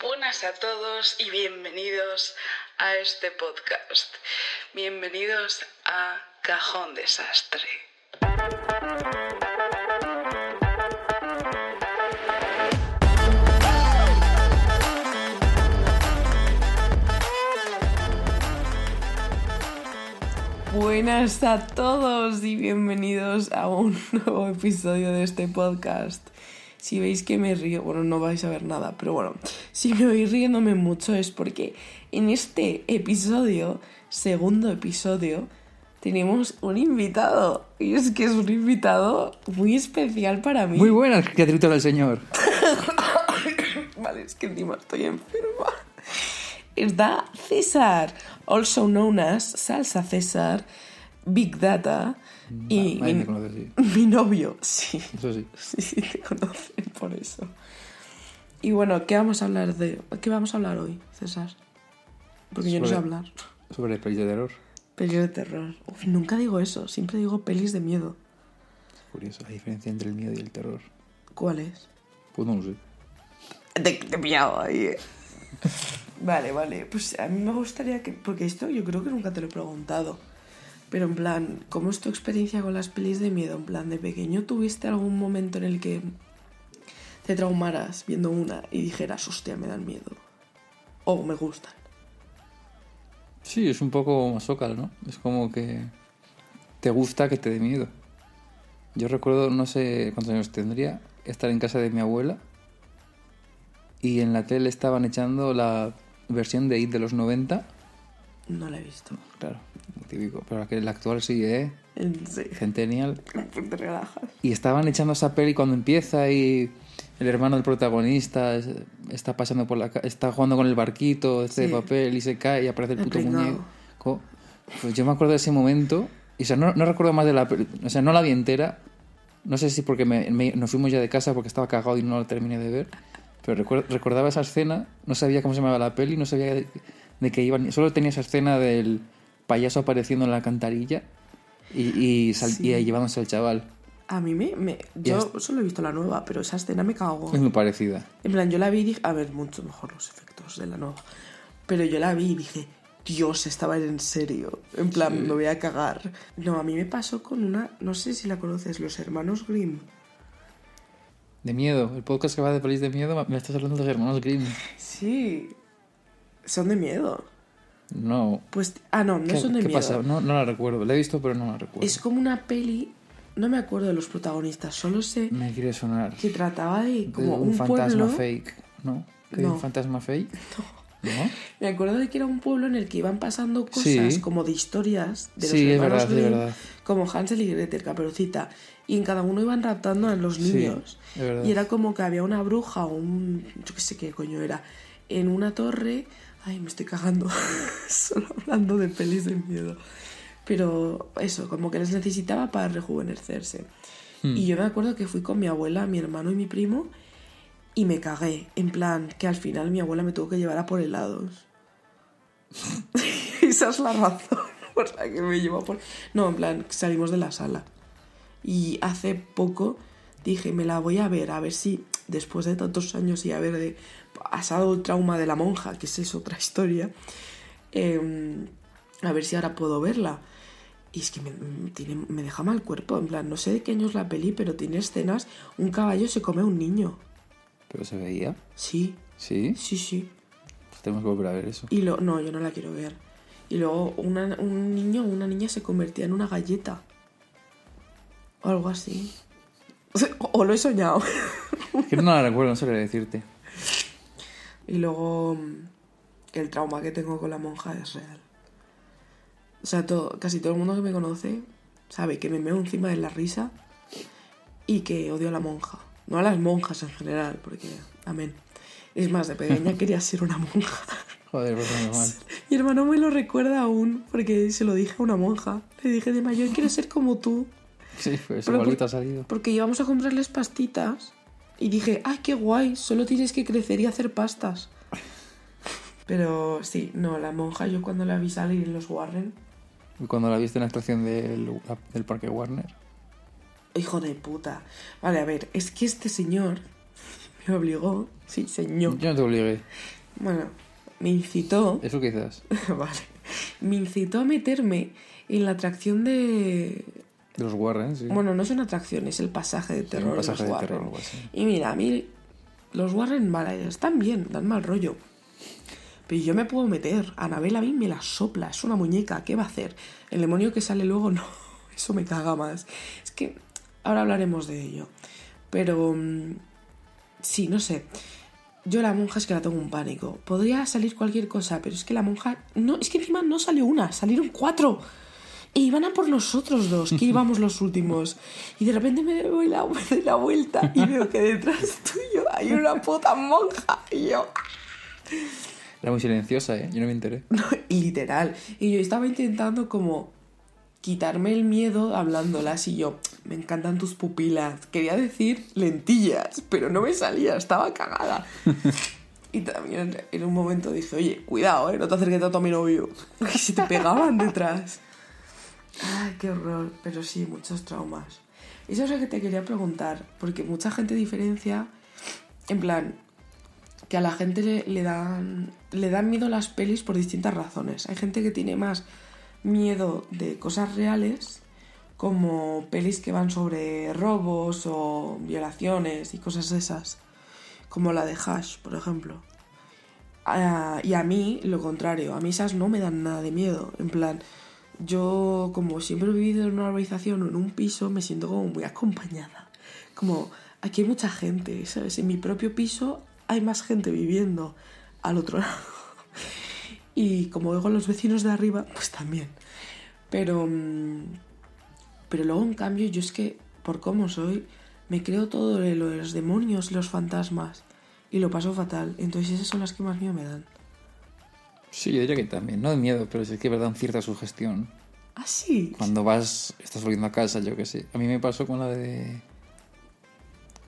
Buenas a todos y bienvenidos a este podcast. Bienvenidos a Cajón Desastre. Buenas a todos y bienvenidos a un nuevo episodio de este podcast. Si veis que me río, bueno, no vais a ver nada, pero bueno, si me oís riéndome mucho es porque en este episodio, segundo episodio, tenemos un invitado. Y es que es un invitado muy especial para mí. Muy buenas, criaturita del Señor. Vale, es que encima estoy enferma. Está César, also known as Salsa César, Big Data y Nadie mi, me conoce así. mi novio, sí. Eso sí. Sí, sí, te conocen por eso. Y bueno, ¿qué vamos a hablar de qué vamos a hablar hoy, César? Porque yo no sé Sobre- hablar. Sobre pelis de terror. Pelis de terror. Uf, nunca digo eso, siempre digo pelis de miedo. Curioso, la diferencia entre el miedo y el terror. ¿Cuál es? Pues no lo sé. Te, te he pillado ahí. eh. Vale, vale. Pues a mí me gustaría que. Porque esto yo creo que nunca te lo he preguntado. Pero en plan, ¿cómo es tu experiencia con las pelis de miedo? En plan, ¿de pequeño tuviste algún momento en el que te traumaras viendo una y dijeras, hostia, me dan miedo? O me gustan. Sí, es un poco masócal, ¿no? Es como que te gusta que te dé miedo. Yo recuerdo, no sé cuántos años tendría, estar en casa de mi abuela y en la tele estaban echando la versión de IT de los 90. No la he visto. Claro, muy típico. Pero la que- la actual sí, ¿eh? En- Sí. Centennial. Te relajas. Y estaban echando esa peli cuando empieza y el hermano del protagonista es- está pasando por la ca- está jugando con el barquito de este Sí. papel y se cae y aparece el El puto pringao. muñeco. Pues yo me acuerdo de ese momento, y, o sea, no, no recuerdo más de la peli, o sea, no la vi entera. No sé si porque me- me- nos fuimos ya de casa porque estaba cagado y no la terminé de ver, pero recuer- recordaba esa escena, no sabía cómo se llamaba la peli, no sabía de, de qué iban, solo tenía esa escena del payaso apareciendo en la alcantarilla y, y, sal- Sí. y llevándose al chaval. A mí me. me- Ya yo solo he visto la nueva, pero esa escena me cago. Es muy parecida. En plan, yo la vi y dije, a ver, mucho mejor los efectos de la nueva. Pero yo la vi y dije, Dios, estaba en serio. En plan, me voy a cagar. No, a mí me pasó con una, no sé si la conoces, los hermanos Grimm. De miedo. El podcast que va de pelis de miedo me estás hablando de los hermanos Grimm. Sí. Son de miedo. No. Pues, ah, no, no ¿Qué, son de qué miedo. pasa? No, no la recuerdo. La he visto, pero no la recuerdo. Es como una peli, no me acuerdo de los protagonistas, solo sé Me quiere sonar. que trataba de Mm. de como un, un, fantasma pueblo. fake. ¿No? ¿Que No. ¿Un fantasma fake? No. Me acuerdo de que era un pueblo en el que iban pasando cosas Sí. como de historias de Sí, los es hermanos verdad, es Grimm, verdad. como Hansel y Gretel, Caperucita, y en cada uno iban raptando a los Sí, niños. es verdad. y era como que había una bruja o un, yo qué sé qué coño era, en una torre. Ay, me estoy cagando, solo hablando de pelis de miedo. Pero eso, como que les necesitaba para rejuvenecerse. Hmm. Y yo me acuerdo que fui con mi abuela, mi hermano y mi primo y me cagué. En plan, que al final mi abuela me tuvo que llevar a por helados. Esa es la razón por la que me llevó a por... No, en plan, salimos de la sala. Y hace poco dije, me la voy a ver, a ver si después de tantos años y haber de- pasado el trauma de la monja, que esa es otra historia, eh, a ver si ahora puedo verla. Y es que me, me tiene- me deja mal cuerpo, en plan, no sé de qué año es la peli, pero tiene escenas, un caballo se come a un niño. Pero se veía. Sí, Sí. sí, sí. Pues tenemos que volver a ver eso. Y lo, no, yo no la quiero ver. Y luego una- un niño o una niña se convertía en una galleta. O algo así. O sea, O, o lo he soñado. Que no la recuerdo, no sabría decirte. Y luego mm, que el trauma que tengo con la monja es real. O sea, todo, casi todo el mundo que me conoce sabe que me meo encima de la risa y que odio a la monja. No a las monjas en general, porque... Amén. Es más, de pequeña quería ser una monja. Joder, pues es normal. Mi hermano me lo recuerda aún porque se lo dije a una monja. Le dije de mayor quiero ser como tú. Sí, pues Pero igualito por- ha salido. Porque íbamos a comprarles pastitas y dije, ay, qué guay, solo tienes que crecer y hacer pastas. Pero sí, no, la monja yo cuando la vi salir en los Warren, Y Cuando la viste en la estación del, del parque Warner. hijo de puta. Vale, a ver, es que este señor Me obligó. Sí, señor. Yo no te obligué. Bueno, me incitó. Eso quizás. vale. Me incitó a meterme en la atracción de. De los Warren, sí. Bueno, no es una atracción, es el pasaje de terror. un pasaje de de los terror, Warren. algo así. Y mira, a mí los Warren vale, están bien, dan mal rollo. Pero yo me puedo meter. Anabel a mí me la sopla, es una muñeca, ¿qué va a hacer? El demonio que sale luego, no, eso me caga más. Es que ahora hablaremos de ello. Pero mm, sí, no sé. Yo la monja es que la tengo un pánico. Podría salir cualquier cosa, pero es que la monja. No, es que encima no salió una, salieron cuatro. E iban a por los otros dos, que íbamos los últimos. Y de repente me doy la, me doy la vuelta y veo que detrás tuyo hay una puta monja. Y yo. Era muy silenciosa, ¿eh? Yo no me enteré. No, literal. Y yo estaba intentando como quitarme el miedo hablándolas y yo, me encantan tus pupilas. Quería decir lentillas, pero no me salía, estaba cagada. Y también en un momento dije, oye, cuidado, ¿eh? no te acerques tanto a mi novio. Que si te pegaban detrás. Ay, qué horror. Pero sí, muchos traumas. Eso es lo que te quería preguntar, porque mucha gente diferencia, en plan, que a la gente le, le dan le dan miedo las pelis por distintas razones. Hay gente que tiene más miedo de cosas reales, como pelis que van sobre robos o violaciones y cosas de esas, como la de Hash, por ejemplo. Ah, y a mí lo contrario, a mí esas no me dan nada de miedo. En plan, yo como siempre he vivido en una urbanización o en un piso, me siento como muy acompañada. Como aquí hay mucha gente, ¿sabes? En mi propio piso hay más gente viviendo al otro lado. Y como oigo a los vecinos de arriba, pues también. Pero, mm, pero luego, en cambio, yo es que, por cómo soy, me creo todo de los demonios y los fantasmas. Y lo paso fatal. Entonces esas son las que más miedo me dan. Sí, yo diría que también. No de miedo, pero sí que es verdad, una cierta sugestión. Ah, sí. Cuando vas, estás volviendo a casa, yo qué sé. A mí me pasó con la de.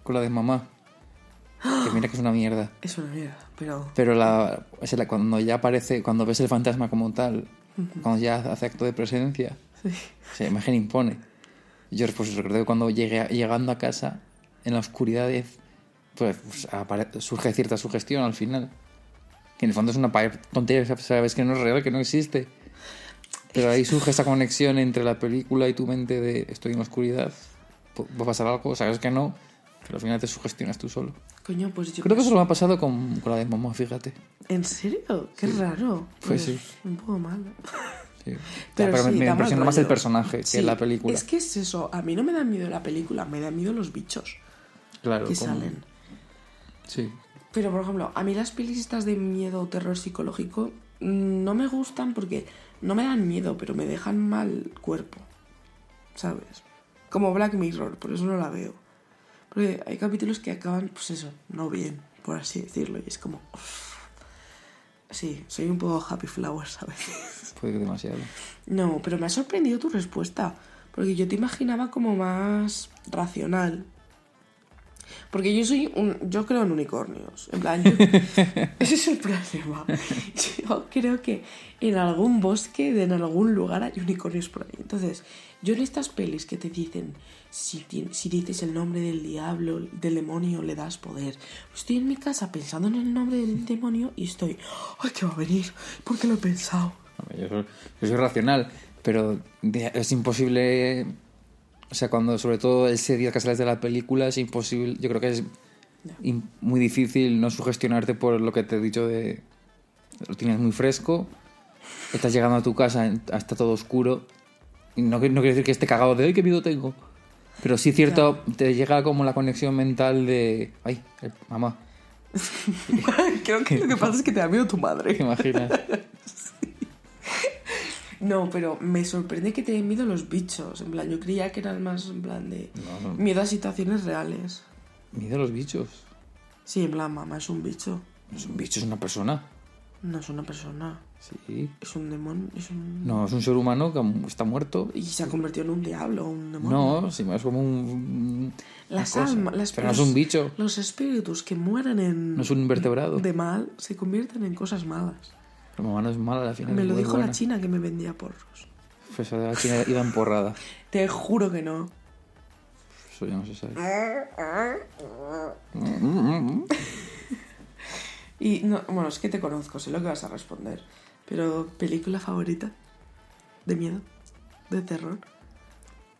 con la de mamá. Que mira que es una mierda. Es una mierda, pero... Pero la, o sea, la- cuando ya aparece, cuando ves el fantasma como tal, cuando ya hace acto de presencia, o sea, la imagen impone. Yo pues recuerdo que cuando llegué a- llegando a casa, en la oscuridad, es- pues, pues, apare- surge cierta sugestión al final. Que en el fondo es una pa- tontería, sabes que no es real, que no existe. Pero ahí surge esa conexión entre la película y tu mente de estoy en la oscuridad, po- va a pasar algo, sabes que no, pero al final te sugestionas tú solo. Coño, pues yo... Creo que eso lo me ha pasado con, con la de mamá, fíjate. ¿En serio? Qué raro. Pues sí. Un poco malo. Sí. Pero Ya, pero sí, me, me da mal impresiona más el rollo. personaje Sí, que la película. Es que es eso. A mí no me da miedo la película, me da miedo los bichos claro, que como- salen. Sí. Pero, por ejemplo, a mí las pelis estas de miedo o terror psicológico mm, no me gustan porque no me dan miedo, pero me dejan mal cuerpo. ¿Sabes? Como Black Mirror, por eso no la veo. Porque hay capítulos que acaban, pues eso, no bien, por así decirlo. Y es como... uff. Sí, soy un poco happy flowers a veces. Puede que demasiado. No, pero me ha sorprendido tu respuesta. Porque yo te imaginaba como más racional. Porque yo soy un. Yo creo en unicornios. En plan, yo- ese es el problema. Yo creo que en algún bosque, de en algún lugar, hay unicornios por ahí. Entonces, yo en estas pelis que te dicen, si, tien- si dices el nombre del diablo, del demonio, le das poder. Pues Estoy en mi casa pensando en el nombre del demonio y estoy. ¡Ay, que va a venir! Porque lo he pensado. Hombre, Yo soy, yo soy racional, pero de- es imposible. O sea, cuando, sobre todo ese día que sales de la película, es imposible. Yo creo que es im- muy difícil no sugestionarte por lo que te he dicho de. Lo tienes muy fresco, estás llegando a tu casa, en- está todo oscuro. Y no, que- no quiero decir que esté cagado de hoy, qué miedo tengo. Pero sí, cierto, te llega como la conexión mental de. Ay, eh, mamá, Creo que lo que pasa es que te da miedo tu ¿te madre. imaginas? No, pero me sorprende que te den miedo los bichos. En plan, yo creía que eran más en plan de No, no. miedo a situaciones reales. Miedo a los bichos. Sí, en plan, mamá es un bicho. No es un bicho, es una persona. No es una persona. Sí. Es un demonio. Es un... No, es un ser humano que mu- está muerto. Y se ha convertido en un diablo o un demonio. No, sí, es como un. una Las cosa. almas, las Pero no es los- un bicho. Los espíritus que mueren en. No es un invertebrado. De mal se convierten en cosas malas. La mamá no es mala, al final. Me es lo muy dijo buena. la china que me vendía porros. Pues esa de la china iba emporrada. Te juro que no. Eso ya no se sabe. Y no, bueno, es que te conozco, sé lo que vas a responder. Pero, ¿película favorita? ¿De miedo? ¿De terror?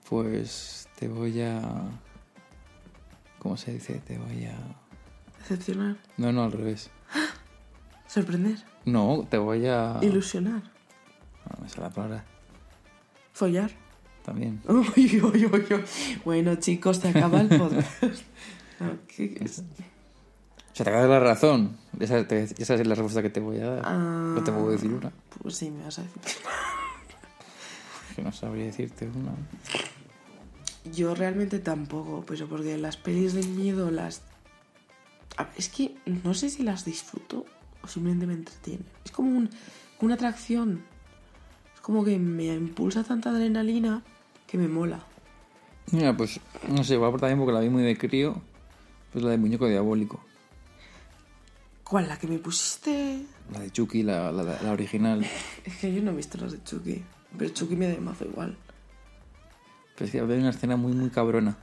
Pues te voy a... ¿Cómo se dice? Te voy a... ¿Decepcionar? No, no, al revés. ¿Sorprender? No, te voy a... ¿Ilusionar? No, me sale la palabra ¿Follar? también. Uy, uy, uy, uy. Bueno, chicos, se acaba el podcast. Ah, ¿qué es? O sea, te acabas de la razón. Esa, te- esa es la respuesta que te voy a dar. Ah. No te puedo decir una. Pues sí, me vas a decir. Que no sabría decirte una. Yo realmente tampoco, pero porque las pelis de miedo las... A- Es que no sé si las disfruto o simplemente me entretienen. Es como un- una atracción. Es como que me impulsa tanta adrenalina que me mola. Mira, pues no sé, igual por- también porque la vi muy de crío. Pues la de Muñeco Diabólico. ¿Cuál? ¿La que me pusiste? La de Chucky, la, la, la- la original. Es que yo no he visto las de Chucky. Pero Chucky me da mazo igual. Pero es que había una escena muy, muy cabrona.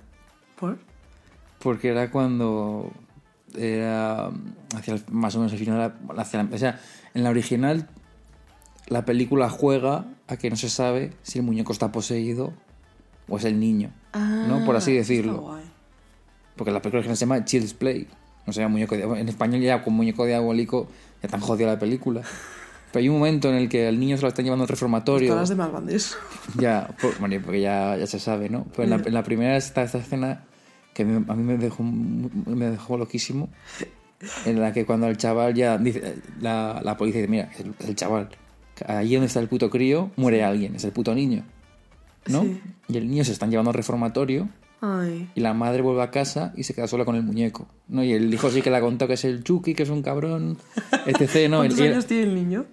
¿Por? Porque era cuando. Era. mm, Hacia el- más o menos el final. hacia la- o sea, en la original. La película juega a que no se sabe si el muñeco está poseído o es el niño. ¿No? Por así Ah, está decirlo. guay. Porque la película original se llama Child's Play. No se llama muñeco diabólico. En español ya con muñeco diabólico ya tan jodido la película. Pero hay un momento en el que al niño se lo están llevando al reformatorio. Pues Todas las de Malvandés. Ya, por- bueno, porque ya, ya se sabe, ¿no? Pero en la, en la primera está esta escena que a mí, a mí me, dejó, mu- me dejó loquísimo. En la que cuando el chaval ya dice, la, la policía dice, mira, el, el chaval, ahí donde está el puto crío, muere alguien, es el puto niño. ¿No? Sí. Y el niño se están llevando al reformatorio Ay. y la madre vuelve a casa y se queda sola con el muñeco. ¿no? Y el hijo sí que le ha contado que es el Chucky, que es un cabrón, etc. ¿no? ¿Cuántos Y él- años tiene el niño?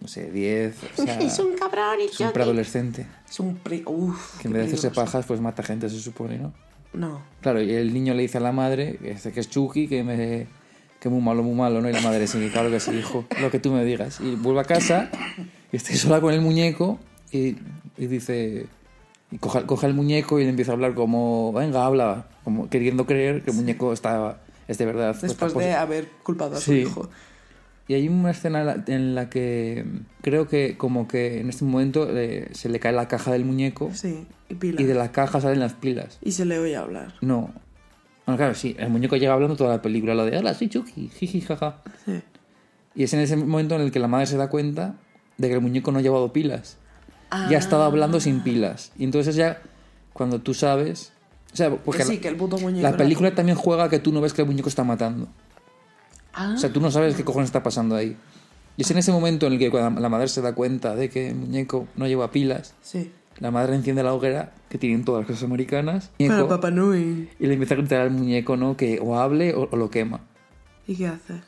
no sé, 10, o sea, es un cabrón y preadolescente. Es un pri... Uf. Que qué en vez de hacerse peligroso. pajas, pues mata gente, se supone, ¿no? No. Claro, y el niño le dice a la madre que es- que es Chucky, que me que muy malo, muy malo, ¿no? Y la madre, sí, claro que sí, hijo, lo que tú me digas. Y vuelve a casa, y estoy sola con el muñeco, y, y dice... Y coge, coge el muñeco y le empieza a hablar como... Venga, habla. Como queriendo creer que el muñeco está, es de verdad. está Después pose- de haber culpado a su Sí. hijo. Y hay una escena en la- en la que creo que como que en este momento eh, se le cae la caja del muñeco Sí. Y pila. y de la caja salen las pilas. Y se le oye hablar. No. Bueno, claro, sí, el muñeco lleva hablando toda la película, lo de, hola, soy Chucky, jiji, jaja. Sí. Y es en ese momento en el que la madre se da cuenta de que el muñeco no ha llevado pilas. Ah. Ya ha estado hablando sin pilas. Y entonces ya, cuando tú sabes... O sea, porque Que sí, que el puto muñeco la era- película también juega a que tú no ves que el muñeco está matando. Ah. O sea, tú no sabes qué cojones está pasando ahí. Y es en ese momento en el que cuando la madre se da cuenta de que el muñeco no lleva pilas, Sí. la madre enciende la hoguera que tienen todas las cosas americanas Para muñeco, Papá Noel. y le empieza a gritar al muñeco ¿no? que o hable o, o lo quema. ¿Y qué hace?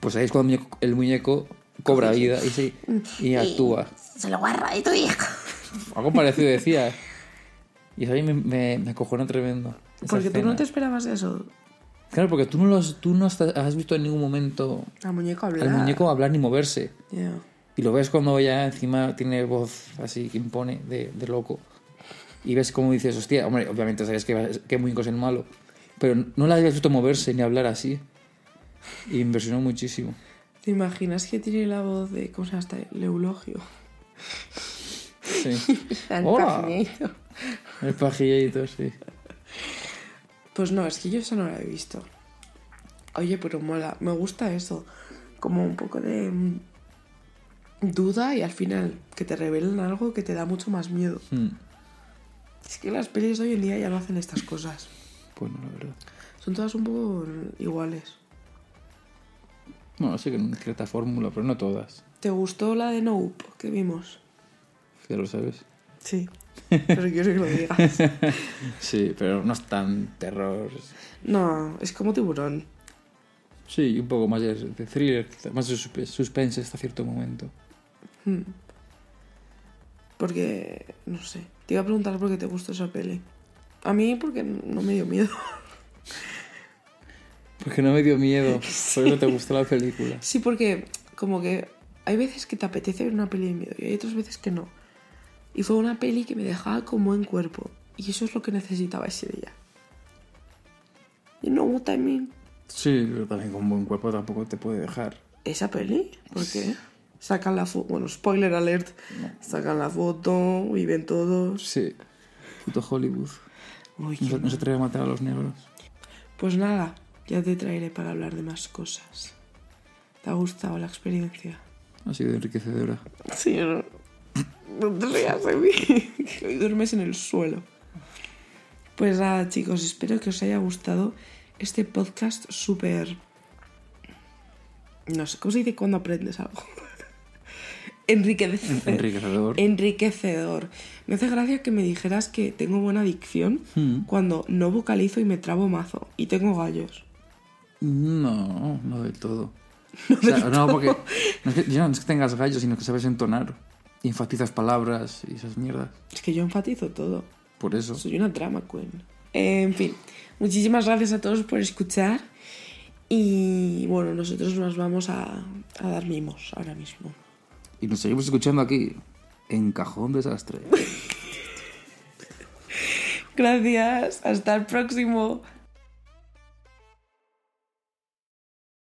Pues ahí es cuando el muñeco, el muñeco cobra vida y, se- y actúa. Se lo guarda de tu hijo. Algo parecido decía. Y eso a mí me, me, me acojona tremendo. esa Porque tú no escena. te esperabas eso. Claro, porque tú no, los, tú no has- has visto en ningún momento Al muñeco hablar. al muñeco hablar ni moverse. Ya. Y lo ves cuando ya encima tiene voz así que impone de, de loco. Y ves cómo dices, hostia, hombre, obviamente sabes que, que muñeco es el malo. Pero no la habías visto moverse ni hablar así. Y me impresionó muchísimo. ¿Te imaginas que tiene la voz de. ¿Cómo se llama? esta? El eulogio. Sí. Al Hola. pajineito. El pajillito, sí. Pues no, es que yo eso no lo he visto. Oye, pero mola, me gusta eso. Como un poco de mm, duda y al final que te revelan algo que te da mucho más miedo. Mm. Es que las pelis de hoy en día ya no hacen estas cosas. Pues no, la verdad. Son todas un poco mm, iguales. Bueno, sí que en cierta fórmula, pero no todas. ¿Te gustó la de Nope que vimos? Ya lo sabes. Sí. Pero quiero que lo digas. Sí, pero no es tan terror. No, es como tiburón. Sí, un poco más de de thriller, más de suspe- suspense hasta cierto momento. Porque, no sé. Te iba a preguntar por qué te gustó esa peli. A mí porque no me dio miedo. Porque no me dio miedo. Por eso te gustó la película. Sí, porque como que hay veces que te apetece ver una peli de miedo y hay otras veces que no. Y fue una peli que me dejaba con buen cuerpo. Y eso es lo que necesitaba ese día. You know what I mean? Sí, pero también con buen cuerpo tampoco te puede dejar. ¿Esa peli? ¿Por qué? Sacan la foto, bueno, spoiler alert, sacan la foto y ven todos. Sí. Puto Hollywood. Uy, No, se- no se atreve a matar a los negros. Pues nada, ya te traeré para hablar de más cosas. ¿Te ha gustado la experiencia? Ha sido enriquecedora. Sí, no. No te rías de mí. que Hoy duermes en el suelo. Pues nada, chicos, espero que os haya gustado este podcast súper. No sé, ¿cómo se dice cuando aprendes algo? Enriquecedor. Enriquecedor. Enriquecedor. Me hace gracia que me dijeras que tengo buena dicción Hmm. cuando no vocalizo y me trabo mazo y tengo gallos. No, no del todo. O sea, No, porque no es, que, ya no es que tengas gallos, sino que sabes entonar. Y enfatizas palabras y esas mierdas. Es que yo enfatizo todo. Por eso. Soy una drama queen. En fin, muchísimas gracias a todos por escuchar. Y bueno, nosotros nos vamos a, a dar mimos ahora mismo. Y nos seguimos escuchando aquí, en Cajón Desastre. Gracias, hasta el próximo.